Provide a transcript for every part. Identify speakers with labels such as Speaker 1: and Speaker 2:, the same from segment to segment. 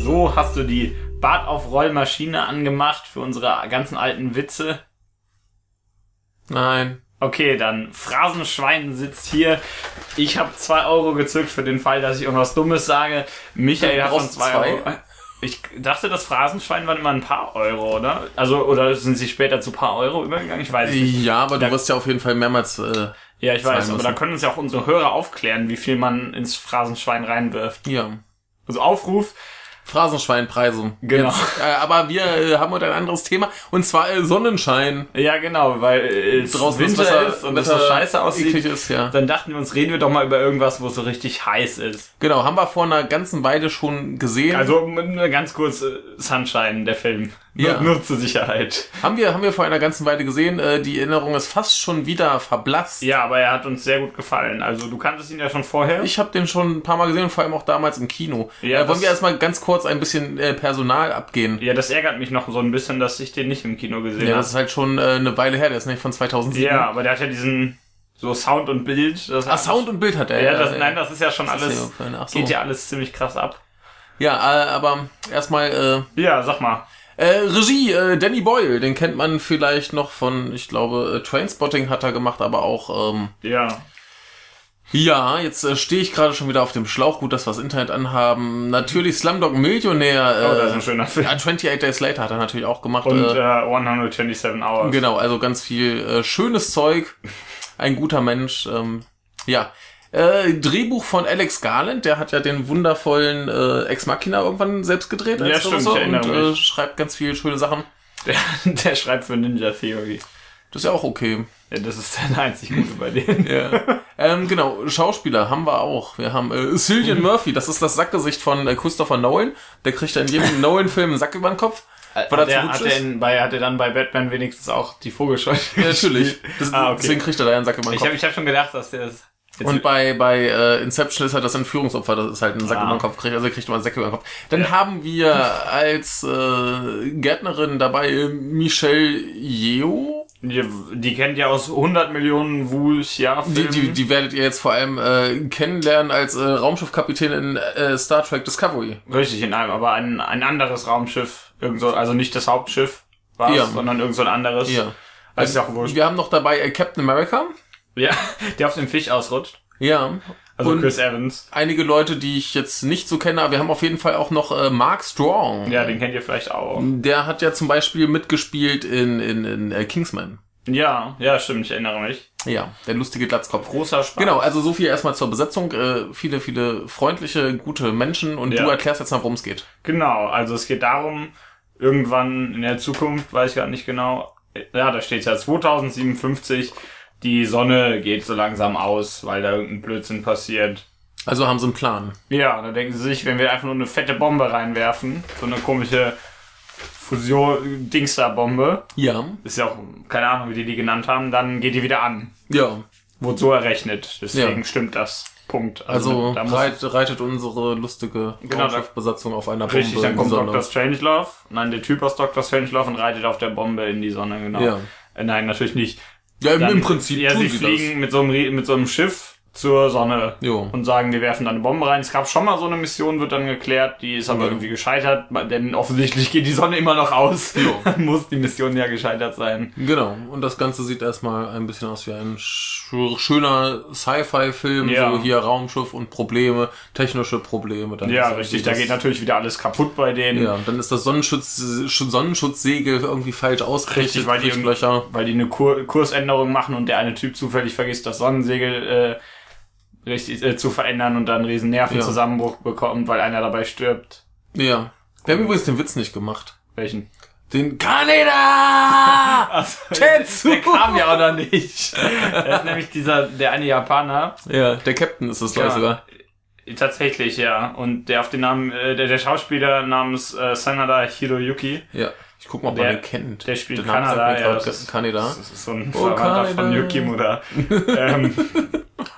Speaker 1: Klo hast du die Badaufrollmaschine angemacht für unsere ganzen alten Witze?
Speaker 2: Nein.
Speaker 1: Okay, dann Phrasenschwein sitzt hier. Ich habe zwei Euro gezückt für den Fall, dass ich irgendwas Dummes sage. Michael
Speaker 2: Du
Speaker 1: hat schon
Speaker 2: brauchst
Speaker 1: zwei
Speaker 2: zwei?
Speaker 1: Euro. Ich dachte, das Phrasenschwein waren immer ein paar Euro, oder? Also, oder sind sie später zu paar Euro übergegangen? Ich weiß es nicht.
Speaker 2: Ja, aber
Speaker 1: Da-
Speaker 2: du wirst ja auf jeden Fall mehrmals. Äh,
Speaker 1: Ja, ich weiß,
Speaker 2: Zwei
Speaker 1: aber
Speaker 2: müssen.
Speaker 1: da können uns ja auch unsere Hörer aufklären, wie viel man ins Phrasenschwein reinwirft.
Speaker 2: ja.
Speaker 1: Also Aufruf,
Speaker 2: Phrasenschweinpreise.
Speaker 1: Genau.
Speaker 2: Jetzt, äh, aber wir äh, haben heute ein anderes Thema und zwar äh, Sonnenschein.
Speaker 1: ja genau, weil äh, es
Speaker 2: Draußen
Speaker 1: Winter
Speaker 2: das Wasser,
Speaker 1: ist und es
Speaker 2: Wetter
Speaker 1: so scheiße
Speaker 2: eklig
Speaker 1: aussieht.
Speaker 2: ist, ja.
Speaker 1: Dann dachten wir uns, reden wir doch mal über irgendwas, wo es so richtig heiß ist.
Speaker 2: Genau, haben wir vor einer ganzen Weile schon gesehen.
Speaker 1: Also m- m- ganz kurz äh, Sunshine, der Film. Nur,
Speaker 2: Ja.
Speaker 1: nur zur Sicherheit.
Speaker 2: haben wir haben wir vor einer ganzen Weile gesehen. Äh, die Erinnerung ist fast schon wieder verblasst.
Speaker 1: Ja, aber er hat uns sehr gut gefallen. Also du kanntest ihn ja schon vorher.
Speaker 2: Ich habe den schon ein paar Mal gesehen und vor allem auch damals im Kino.
Speaker 1: Ja,
Speaker 2: äh, wollen
Speaker 1: das-
Speaker 2: wir erstmal ganz kurz ein bisschen äh, Personal abgehen?
Speaker 1: ja, das ärgert mich noch so ein bisschen, dass ich den nicht im Kino gesehen
Speaker 2: Ja,
Speaker 1: habe.
Speaker 2: das ist halt schon äh, eine Weile her, der ist nicht von 2007.
Speaker 1: Ja, aber der hat ja diesen so Sound und Bild. Das
Speaker 2: Ah, Sound und Bild hat er.
Speaker 1: ja, das,
Speaker 2: äh,
Speaker 1: nein, das ist ja schon
Speaker 2: das ist
Speaker 1: alles.
Speaker 2: ja aufgefallen. Ach so.
Speaker 1: Geht ja alles ziemlich krass ab.
Speaker 2: Ja, äh, aber erstmal
Speaker 1: Ja, sag mal.
Speaker 2: äh, äh, Regie, äh, Danny Boyle, den kennt man vielleicht noch von, ich glaube, äh, Trainspotting hat er gemacht, aber auch, ähm,
Speaker 1: Ja.
Speaker 2: ja, jetzt äh, stehe ich gerade schon wieder auf dem Schlauch, gut, dass wir das Internet anhaben. Natürlich
Speaker 1: Oh,
Speaker 2: Slumdog
Speaker 1: das ist ein
Speaker 2: Millionär,
Speaker 1: schöner
Speaker 2: äh,
Speaker 1: Film.
Speaker 2: ja, 28 Days Later hat er natürlich auch gemacht.
Speaker 1: Und
Speaker 2: äh,
Speaker 1: äh, 127 Hours.
Speaker 2: Genau, also ganz viel äh, schönes Zeug. Ein guter Mensch. Ähm, ja. Äh, Drehbuch von Alex Garland, der hat ja den wundervollen äh, Ex Machina irgendwann selbst gedreht
Speaker 1: Ja, stimmt, ich
Speaker 2: Regisseur
Speaker 1: erinnere
Speaker 2: und äh,
Speaker 1: mich.
Speaker 2: schreibt ganz viele schöne Sachen.
Speaker 1: Der, der schreibt für Ninja Theory.
Speaker 2: Das ist ja auch okay.
Speaker 1: Ja, das ist der einzig Gute bei denen.
Speaker 2: Ja. ähm, genau, Schauspieler haben wir auch. Wir haben äh, Cillian Murphy, das ist das Sackgesicht von äh, Christopher Nolan. Der kriegt ja in jedem Nolan-Film einen Sack über den Kopf. weil er
Speaker 1: Äh, der,
Speaker 2: zu hübsch
Speaker 1: hat,
Speaker 2: ist.
Speaker 1: er in, bei, hat er dann bei Batman wenigstens auch die Vogelscheuche
Speaker 2: Ja, natürlich. Das,
Speaker 1: Ah, okay.
Speaker 2: Deswegen kriegt er da einen Sack über den
Speaker 1: Ich
Speaker 2: Kopf.
Speaker 1: habe ich hab schon gedacht, dass der ist. Jetzt
Speaker 2: Und bei, bei äh, Inception ist halt das Entführungsopfer, das ist halt ein Sack
Speaker 1: Ah.
Speaker 2: über den Kopf kriegt, also kriegt man einen Sack über den Kopf. Dann haben wir als äh, Gärtnerin dabei äh, Michelle Yeoh.
Speaker 1: die, die kennt ja aus 100 Millionen Wus, ja.
Speaker 2: Die, die,
Speaker 1: Filmen.
Speaker 2: die werdet ihr jetzt vor allem äh, kennenlernen als äh, Raumschiffkapitän in äh, Star Trek Discovery.
Speaker 1: Richtig, in einem, aber ein, ein anderes Raumschiff. Irgend so, also nicht das Hauptschiff war
Speaker 2: Ja.
Speaker 1: es, sondern irgend so ein anderes.
Speaker 2: Ja.
Speaker 1: Das ist ja auch wurscht.
Speaker 2: Wir haben noch dabei äh, Captain America.
Speaker 1: Ja, der auf den Fisch ausrutscht.
Speaker 2: Ja.
Speaker 1: Also
Speaker 2: Und-
Speaker 1: Chris Evans.
Speaker 2: Einige Leute, die ich jetzt nicht so kenne, aber wir haben auf jeden Fall auch noch äh, Mark Strong.
Speaker 1: Ja, den kennt ihr vielleicht auch.
Speaker 2: Der hat ja zum Beispiel mitgespielt in, in, in äh, Kingsman.
Speaker 1: Ja, ja, stimmt, ich erinnere mich.
Speaker 2: Ja, der lustige Glatzkopf.
Speaker 1: Großer Spaß.
Speaker 2: Genau, also so viel erstmal zur Besetzung. Äh, viele, viele freundliche, gute Menschen und
Speaker 1: Ja.
Speaker 2: du erklärst jetzt mal, worum es geht.
Speaker 1: Genau, also es geht darum, irgendwann in der Zukunft, weiß ich gerade nicht genau, ja, da steht ja 2057, die Sonne geht so langsam aus, weil da irgendein Blödsinn passiert.
Speaker 2: Also haben sie einen Plan.
Speaker 1: Ja, da denken sie sich, wenn wir einfach nur eine fette Bombe reinwerfen, so eine komische Fusion-Dingster-Bombe,
Speaker 2: Ja.
Speaker 1: ist ja auch, keine Ahnung, wie die die genannt haben, dann geht die wieder an.
Speaker 2: Ja.
Speaker 1: Wurde so errechnet, deswegen
Speaker 2: Ja.
Speaker 1: stimmt das. Punkt.
Speaker 2: Also
Speaker 1: da muss
Speaker 2: reit, reitet unsere lustige
Speaker 1: Genau, da-
Speaker 2: Raumschiffbesatzung auf einer Bombe
Speaker 1: Richtig, dann
Speaker 2: in die
Speaker 1: kommt
Speaker 2: Sonne.
Speaker 1: Dr. Strangelove. Nein, der Typ aus Dr. Strangelove und reitet auf der Bombe in die Sonne, genau.
Speaker 2: Ja.
Speaker 1: Äh, nein, natürlich nicht.
Speaker 2: Ja, im,
Speaker 1: Dann-
Speaker 2: im Prinzip
Speaker 1: Ja,
Speaker 2: tun
Speaker 1: sie
Speaker 2: sie
Speaker 1: fliegen mit so, einem, Rie- mit so einem Schiff zur Sonne
Speaker 2: Jo.
Speaker 1: und sagen, wir werfen da eine Bombe rein. Es gab schon mal so eine Mission, wird dann geklärt, die ist aber irgendwie gescheitert, denn offensichtlich geht die Sonne immer noch aus.
Speaker 2: Jo.
Speaker 1: Dann muss die Mission ja gescheitert sein.
Speaker 2: das. Genau, und das Ganze sieht erstmal ein bisschen aus wie ein sch schöner Sci-Fi-Film,
Speaker 1: Ja.
Speaker 2: so hier Raumschiff und Probleme, technische Probleme. Dann
Speaker 1: Ja,
Speaker 2: ist
Speaker 1: richtig,
Speaker 2: irgendwie
Speaker 1: Also, da
Speaker 2: das-
Speaker 1: geht natürlich wieder alles kaputt bei denen.
Speaker 2: Ja, und dann ist das Sonnenschutz, Sch- Sonnenschutzsegel irgendwie falsch ausgerichtet,
Speaker 1: Richtig, weil die,
Speaker 2: kriegt Löcher.
Speaker 1: weil die eine Kur Kursänderung machen und der eine Typ zufällig vergisst, das Sonnensegel äh, richtig äh, zu verändern und dann einen riesen Nervenzusammenbruch bekommt, weil einer dabei stirbt.
Speaker 2: Ja. Wir haben übrigens den Witz nicht gemacht.
Speaker 1: Welchen?
Speaker 2: Den Kaneda! Tetsu!
Speaker 1: der kam ja oder nicht? Das ist nämlich dieser, der eine Japaner.
Speaker 2: ja, der Captain ist es, glaube ich,
Speaker 1: Ja.
Speaker 2: sogar.
Speaker 1: Tatsächlich, ja. Und der auf den Namen, äh, der, der Schauspieler namens äh, Sanada Hiroyuki,
Speaker 2: Ja. Ich guck mal, ob
Speaker 1: Der-
Speaker 2: man den kennt.
Speaker 1: der spielt
Speaker 2: Den Namen sagt
Speaker 1: Kanada,
Speaker 2: mir, glaub ich,
Speaker 1: ja, das ist-
Speaker 2: Kaneda.
Speaker 1: das ist so ein
Speaker 2: Oh,
Speaker 1: Verwandter von
Speaker 2: Kaneda.
Speaker 1: Yukimura. ähm,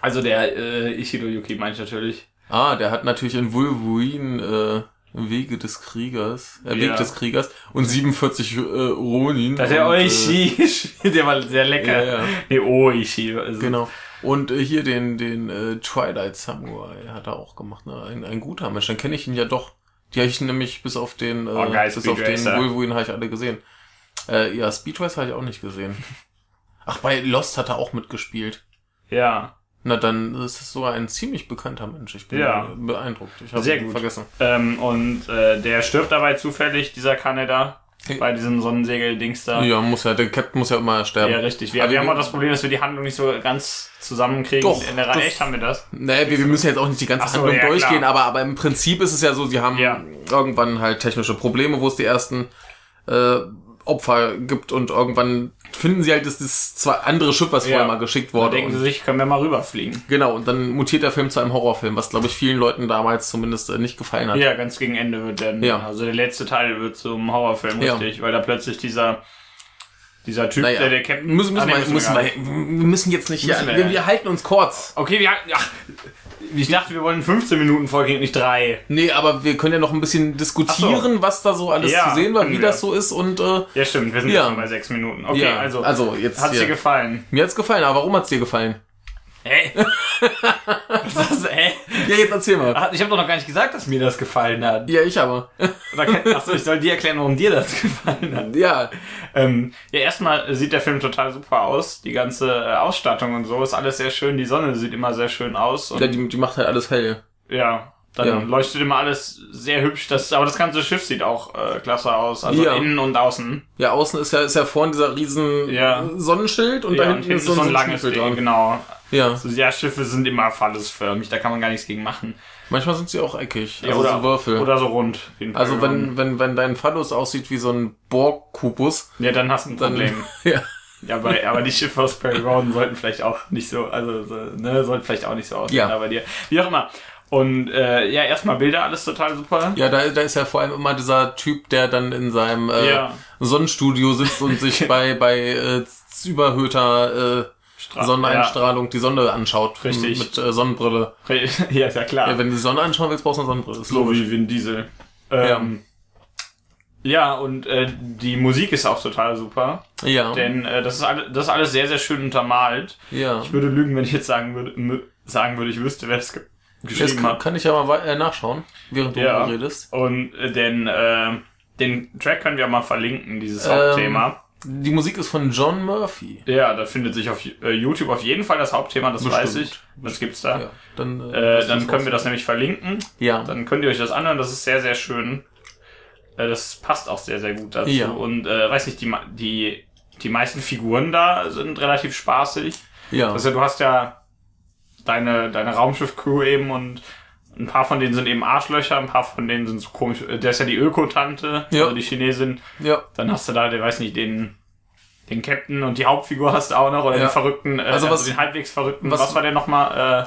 Speaker 1: also der äh, Ichido Yuki meine ich natürlich.
Speaker 2: Ah, der hat natürlich in Wolverine, äh, Wege des Kriegers, äh, Weg
Speaker 1: Ja.
Speaker 2: des Kriegers und 47 äh, Ronin.
Speaker 1: Das ist der
Speaker 2: und, äh,
Speaker 1: Oishi. der war sehr lecker.
Speaker 2: Ja, ja.
Speaker 1: Nee, Oishi. Also,
Speaker 2: Genau. Und äh, hier den, den äh, Twilight Samurai hat er auch gemacht. Ne? Ein, ein guter Mensch, dann kenne ich ihn ja doch. Die habe ich nämlich bis auf den, äh,
Speaker 1: Oh, geil,
Speaker 2: bis
Speaker 1: Speed
Speaker 2: auf den
Speaker 1: Racer.
Speaker 2: Wolverine habe ich alle gesehen. Äh, ja, Speed Racer habe ich auch nicht gesehen. Ach, bei Lost hat er auch mitgespielt.
Speaker 1: Ja.
Speaker 2: Na, dann ist es sogar ein ziemlich bekannter Mensch. Ich bin
Speaker 1: Ja.
Speaker 2: beeindruckt. Ich habe
Speaker 1: Sehr
Speaker 2: ihn
Speaker 1: gut.
Speaker 2: vergessen.
Speaker 1: Ähm, und äh, der stirbt dabei zufällig, dieser Kanada,
Speaker 2: Hey.
Speaker 1: bei diesem Sonnensegel-Dings da.
Speaker 2: Ja, muss ja, der Captain muss ja immer
Speaker 1: Ah. Ja,
Speaker 2: sterben.
Speaker 1: richtig. Wir,
Speaker 2: Aber
Speaker 1: wir
Speaker 2: wir-
Speaker 1: haben auch das Problem, dass wir die Handlung nicht so ganz zusammenkriegen.
Speaker 2: Doch,
Speaker 1: in der Reihe.
Speaker 2: das-
Speaker 1: Echt haben wir das?
Speaker 2: Naja, wir, wir müssen jetzt auch nicht die ganze
Speaker 1: Ach so,
Speaker 2: Handlung
Speaker 1: ja,
Speaker 2: durchgehen,
Speaker 1: klar.
Speaker 2: aber, aber im Prinzip ist es ja so, sie haben
Speaker 1: Ja.
Speaker 2: irgendwann halt technische Probleme, wo es die ersten äh, Opfer gibt und irgendwann finden sie halt das, das zwei andere Schiff, was
Speaker 1: Ja.
Speaker 2: vorher mal geschickt
Speaker 1: Da
Speaker 2: wurde.
Speaker 1: denken
Speaker 2: und-
Speaker 1: sie sich, können wir mal rüberfliegen.
Speaker 2: Genau, und dann mutiert der Film zu einem Horrorfilm, was, glaube ich, vielen Leuten damals zumindest äh, nicht gefallen hat.
Speaker 1: Ja, ganz gegen Ende wird dann,
Speaker 2: Ja.
Speaker 1: also der letzte Teil wird zum Horrorfilm,
Speaker 2: Ja.
Speaker 1: richtig, weil da plötzlich dieser, dieser Typ,
Speaker 2: Naja,
Speaker 1: der der Captain...
Speaker 2: müssen,
Speaker 1: Ah,
Speaker 2: müssen,
Speaker 1: nee,
Speaker 2: wir, müssen,
Speaker 1: gar
Speaker 2: wir,
Speaker 1: nicht.
Speaker 2: wir müssen jetzt nicht,
Speaker 1: Müssen
Speaker 2: ja,
Speaker 1: wir
Speaker 2: wir,
Speaker 1: ja.
Speaker 2: wir halten uns kurz.
Speaker 1: Okay, wir, ach, ich dachte, wir wollen 15 Minuten vorgehen, nicht drei.
Speaker 2: Nee, aber wir können ja noch ein bisschen diskutieren, was da so alles
Speaker 1: Ja,
Speaker 2: zu sehen war, wie
Speaker 1: können wir.
Speaker 2: das so ist und äh,
Speaker 1: Ja, stimmt, wir sind
Speaker 2: Ja.
Speaker 1: jetzt schon bei sechs Minuten. Okay,
Speaker 2: ja,
Speaker 1: also,
Speaker 2: also jetzt
Speaker 1: hat's dir
Speaker 2: hier.
Speaker 1: gefallen?
Speaker 2: Mir hat's gefallen, aber warum hat's dir gefallen?
Speaker 1: Hä? Was ist, hä?
Speaker 2: Ja, jetzt erzähl mal.
Speaker 1: Ach, Ich habe doch noch gar nicht gesagt, dass mir das gefallen hat.
Speaker 2: Ja, ich aber.
Speaker 1: Oder kann- Achso, ich soll dir erklären, warum dir das gefallen hat.
Speaker 2: Ja,
Speaker 1: Ähm, ja, erstmal sieht der Film total super aus. Die ganze äh, Ausstattung und so ist alles sehr schön. Die Sonne sieht immer sehr schön aus. Und,
Speaker 2: ja die, die macht halt alles hell.
Speaker 1: ja, dann
Speaker 2: Ja.
Speaker 1: leuchtet immer alles sehr hübsch. Das, aber das ganze Schiff sieht auch äh, klasse aus. Also
Speaker 2: Ja.
Speaker 1: innen und außen.
Speaker 2: Ja, außen ist ja, ist ja vorne dieser riesen
Speaker 1: Ja.
Speaker 2: Sonnenschild und da hinten ist so ein,
Speaker 1: langes
Speaker 2: Schild
Speaker 1: Ding.
Speaker 2: dran.
Speaker 1: Genau.
Speaker 2: Ja,
Speaker 1: Also, ja, Schiffe sind immer phallesförmig. Da kann man gar nichts gegen machen.
Speaker 2: manchmal sind sie auch eckig,
Speaker 1: Ja,
Speaker 2: also
Speaker 1: oder,
Speaker 2: so Würfel.
Speaker 1: oder so rund. wie ein
Speaker 2: also
Speaker 1: Pavillon.
Speaker 2: wenn, wenn, wenn dein Phallus aussieht wie so ein Borg-Kubus,
Speaker 1: Ja, dann hast du ein
Speaker 2: dann...
Speaker 1: Problem.
Speaker 2: ja.
Speaker 1: Ja, aber, aber die Schiffe aus Perry Roden sollten vielleicht auch nicht so, also so, ne, sollten vielleicht auch nicht so aussehen
Speaker 2: Ja.
Speaker 1: da bei dir. Wie auch immer. Und äh, ja, erstmal Bilder, alles total super.
Speaker 2: ja, da, da ist ja vor allem immer dieser Typ, der dann in seinem äh,
Speaker 1: Ja.
Speaker 2: Sonnenstudio sitzt und sich bei, bei äh, überhöhter äh,
Speaker 1: Stra-
Speaker 2: Sonneneinstrahlung die Sonne anschaut.
Speaker 1: Ah, Richtig.
Speaker 2: Mit äh, Sonnenbrille.
Speaker 1: Ja, ja ist ja klar.
Speaker 2: Ja, wenn du die Sonne anschauen willst, brauchst du eine Sonnenbrille. Ist
Speaker 1: so
Speaker 2: logisch.
Speaker 1: wie Vin Diesel. Ähm, ja. und äh, die Musik ist auch total super,
Speaker 2: Ja.
Speaker 1: denn äh, das, ist alle, das ist alles sehr, sehr schön untermalt.
Speaker 2: ja.
Speaker 1: Ich würde lügen, wenn ich jetzt sagen würde, mü- sagen würde ich wüsste, wer es ge
Speaker 2: Das
Speaker 1: geschrieben
Speaker 2: kann,
Speaker 1: hat.
Speaker 2: kann ich ja mal wei- äh, nachschauen, während du
Speaker 1: Ja.
Speaker 2: redest.
Speaker 1: Und äh, den, äh, den Track können wir mal verlinken, dieses
Speaker 2: Ähm,
Speaker 1: Hauptthema.
Speaker 2: Die Musik ist von John Murphy.
Speaker 1: Ja, da findet sich auf äh, YouTube auf jeden Fall das Hauptthema, das
Speaker 2: Bestimmt.
Speaker 1: weiß ich. Das gibt's da.
Speaker 2: Ja. Dann,
Speaker 1: Äh, dann können wir das nämlich verlinken.
Speaker 2: Ja.
Speaker 1: Dann könnt ihr euch das anhören. Das ist sehr, sehr schön. Äh, das passt auch sehr, sehr gut dazu.
Speaker 2: Ja.
Speaker 1: Und äh, weiß nicht, die, ma- die, die meisten Figuren da sind relativ spaßig.
Speaker 2: ja.
Speaker 1: Also du hast ja deine, deine Raumschiff-Crew eben und ein paar von denen sind eben Arschlöcher, ein paar von denen sind so komisch. äh, Der ist ja die Öko-Tante,
Speaker 2: Ja.
Speaker 1: also die Chinesin.
Speaker 2: ja.
Speaker 1: Dann hast du da, der weiß nicht, den, den Captain und die Hauptfigur hast du auch noch oder
Speaker 2: Ja.
Speaker 1: den verrückten, äh,
Speaker 2: Also
Speaker 1: also,
Speaker 2: was-
Speaker 1: den halbwegs verrückten.
Speaker 2: was-
Speaker 1: Was, war der nochmal? Äh,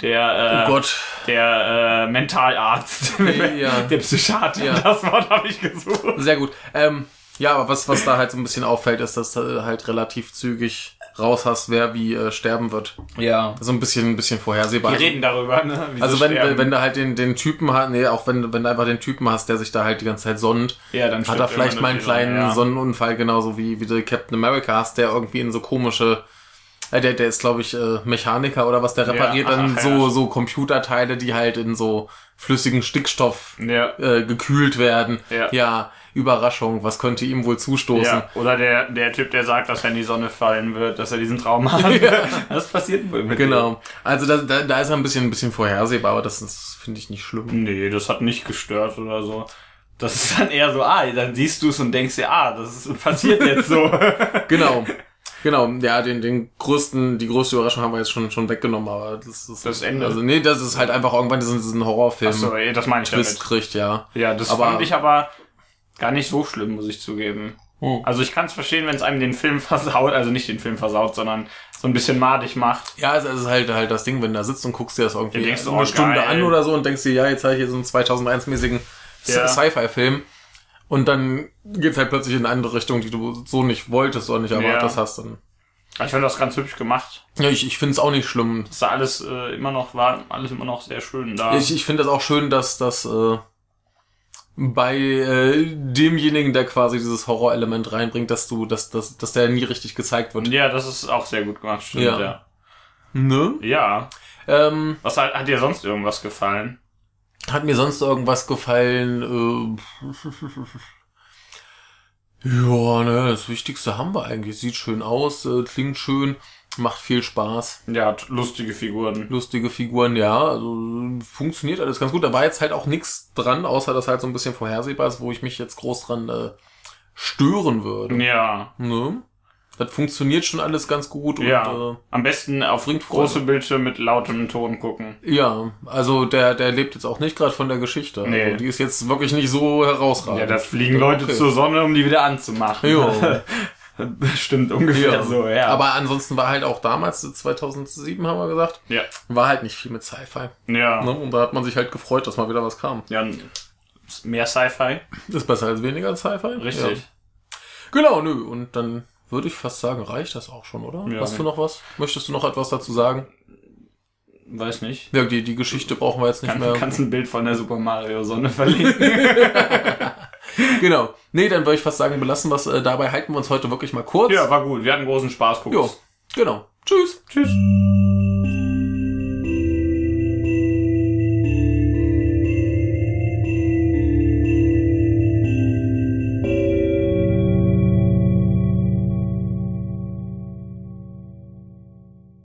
Speaker 1: der,
Speaker 2: Oh
Speaker 1: äh,
Speaker 2: Gott.
Speaker 1: der äh, Mentalarzt,
Speaker 2: Ja.
Speaker 1: der Psychiater.
Speaker 2: Ja.
Speaker 1: Das Wort habe ich gesucht.
Speaker 2: Sehr gut. Ähm, ja, aber was, was da halt so ein bisschen auffällt, ist, dass du halt relativ zügig raus hast, wer wie äh, sterben wird.
Speaker 1: Ja.
Speaker 2: So ein bisschen, ein bisschen vorhersehbar.
Speaker 1: Die reden darüber, ne? wie sie
Speaker 2: also wenn,
Speaker 1: sterben.
Speaker 2: wenn du halt den, den Typen hast, nee, auch wenn, wenn du einfach den Typen hast, der sich da halt die ganze Zeit sonnt,
Speaker 1: ja, dann
Speaker 2: hat
Speaker 1: stirbt
Speaker 2: er vielleicht
Speaker 1: irgendwann
Speaker 2: mal
Speaker 1: eine
Speaker 2: einen
Speaker 1: Person,
Speaker 2: kleinen
Speaker 1: ja.
Speaker 2: Sonnenunfall, genauso wie, wie der Captain America hast, der irgendwie in so komische, äh, der, der ist, glaube ich, äh, Mechaniker oder was, der
Speaker 1: Ja,
Speaker 2: repariert
Speaker 1: ach,
Speaker 2: dann
Speaker 1: ach,
Speaker 2: so,
Speaker 1: ja.
Speaker 2: so Computerteile, die halt in so flüssigen Stickstoff
Speaker 1: Ja.
Speaker 2: äh, gekühlt werden.
Speaker 1: Ja.
Speaker 2: Überraschung, was könnte ihm wohl zustoßen?
Speaker 1: Ja, oder der, der Typ, der sagt, dass wenn die Sonne fallen wird, dass er diesen Traum hat. Das passiert wohl mit dem.
Speaker 2: Genau. Also da, da, da ist er ein bisschen, ein bisschen vorhersehbar, aber das, ist- finde ich nicht schlimm.
Speaker 1: Nee, das hat nicht gestört oder so. Das ist dann eher so, ah, dann siehst du es und denkst dir, ah, das ist, passiert jetzt so.
Speaker 2: Genau. Genau, ja, den, den größten, die größte Überraschung haben wir jetzt schon, schon weggenommen, aber das ist.
Speaker 1: Das Ende.
Speaker 2: Also, nee, das ist halt einfach irgendwann diesen, diesen Horrorfilm.
Speaker 1: Achso, ey, das meine ich
Speaker 2: Twist
Speaker 1: damit.
Speaker 2: kriegt, ja.
Speaker 1: Ja, das
Speaker 2: Aber-
Speaker 1: fand ich aber gar nicht so schlimm, muss ich zugeben. Also ich kann es verstehen, wenn es einem den Film versaut, also nicht den Film versaut, sondern so ein bisschen madig macht.
Speaker 2: Ja, es es ist halt halt das Ding, wenn du da sitzt und guckst dir das irgendwie
Speaker 1: Ja, denkst du,
Speaker 2: eine
Speaker 1: oh,
Speaker 2: Stunde
Speaker 1: geil.
Speaker 2: an oder so und denkst dir, ja, jetzt habe ich hier so einen 2001-mäßigen Sci-
Speaker 1: Ja.
Speaker 2: Sci-Fi-Film. Und dann geht's halt plötzlich in eine andere Richtung, die du so nicht wolltest oder nicht erwartet
Speaker 1: Ja.
Speaker 2: hast. Dann.
Speaker 1: Aber Ich fand das ganz hübsch gemacht.
Speaker 2: Ja, ich, ich finde es auch nicht schlimm.
Speaker 1: Das war alles äh, immer noch, war alles immer noch sehr schön da.
Speaker 2: Ich, ich finde es auch schön, dass das äh, bei äh, demjenigen, der quasi dieses Horrorelement reinbringt, dass du, dass, dass, dass der nie richtig gezeigt wird.
Speaker 1: ja, das ist auch sehr gut gemacht, stimmt,
Speaker 2: Ja.
Speaker 1: ja. Ja.
Speaker 2: Ne?
Speaker 1: ja.
Speaker 2: Ähm,
Speaker 1: Was hat, hat dir sonst irgendwas gefallen?
Speaker 2: Hat mir sonst irgendwas gefallen? Äh, ja, ne, das Wichtigste haben wir eigentlich. Sieht schön aus, äh, klingt schön, macht viel Spaß.
Speaker 1: Ja, hat lustige Figuren.
Speaker 2: Lustige Figuren, ja, also funktioniert alles ganz gut. Da war jetzt halt auch nichts dran, außer dass halt so ein bisschen vorhersehbar ist, wo ich mich jetzt groß dran äh, stören würde.
Speaker 1: Ja.
Speaker 2: Ne? Das funktioniert schon alles ganz gut und
Speaker 1: Ja.
Speaker 2: äh,
Speaker 1: Am besten auf
Speaker 2: bringt
Speaker 1: große Bildschirme mit lautem Ton gucken.
Speaker 2: Ja, also der, der lebt jetzt auch nicht gerade von der Geschichte.
Speaker 1: Nee.
Speaker 2: Also die ist jetzt wirklich nicht so herausragend.
Speaker 1: Ja, das fliegen Leute
Speaker 2: Okay.
Speaker 1: zur Sonne, um die wieder anzumachen.
Speaker 2: Jo.
Speaker 1: Stimmt ungefähr
Speaker 2: Ja.
Speaker 1: so, ja.
Speaker 2: Aber ansonsten war halt auch damals, 2007 haben wir gesagt,
Speaker 1: ja.
Speaker 2: war halt nicht viel mit Sci-Fi.
Speaker 1: Ja.
Speaker 2: Ne? Und da hat man sich halt gefreut, dass mal wieder was kam.
Speaker 1: Ja, n- mehr Sci-Fi.
Speaker 2: Ist besser als weniger als Sci-Fi.
Speaker 1: Richtig.
Speaker 2: Ja. Genau, nö. Und dann würde ich fast sagen, reicht das auch schon, oder?
Speaker 1: Ja.
Speaker 2: Hast du noch was? Möchtest du noch etwas dazu sagen?
Speaker 1: Weiß nicht.
Speaker 2: Ja, die, die Geschichte brauchen wir jetzt nicht
Speaker 1: Kann,
Speaker 2: mehr.
Speaker 1: Kannst ein Bild von der Super Mario Sonne verlinken.
Speaker 2: Genau. Nee, dann würde ich fast sagen, belassen wir es äh, dabei. Halten wir uns heute wirklich mal kurz.
Speaker 1: ja, war gut. Wir hatten großen Spaß. Guck's.
Speaker 2: Jo. Genau. Tschüss.
Speaker 1: Tschüss.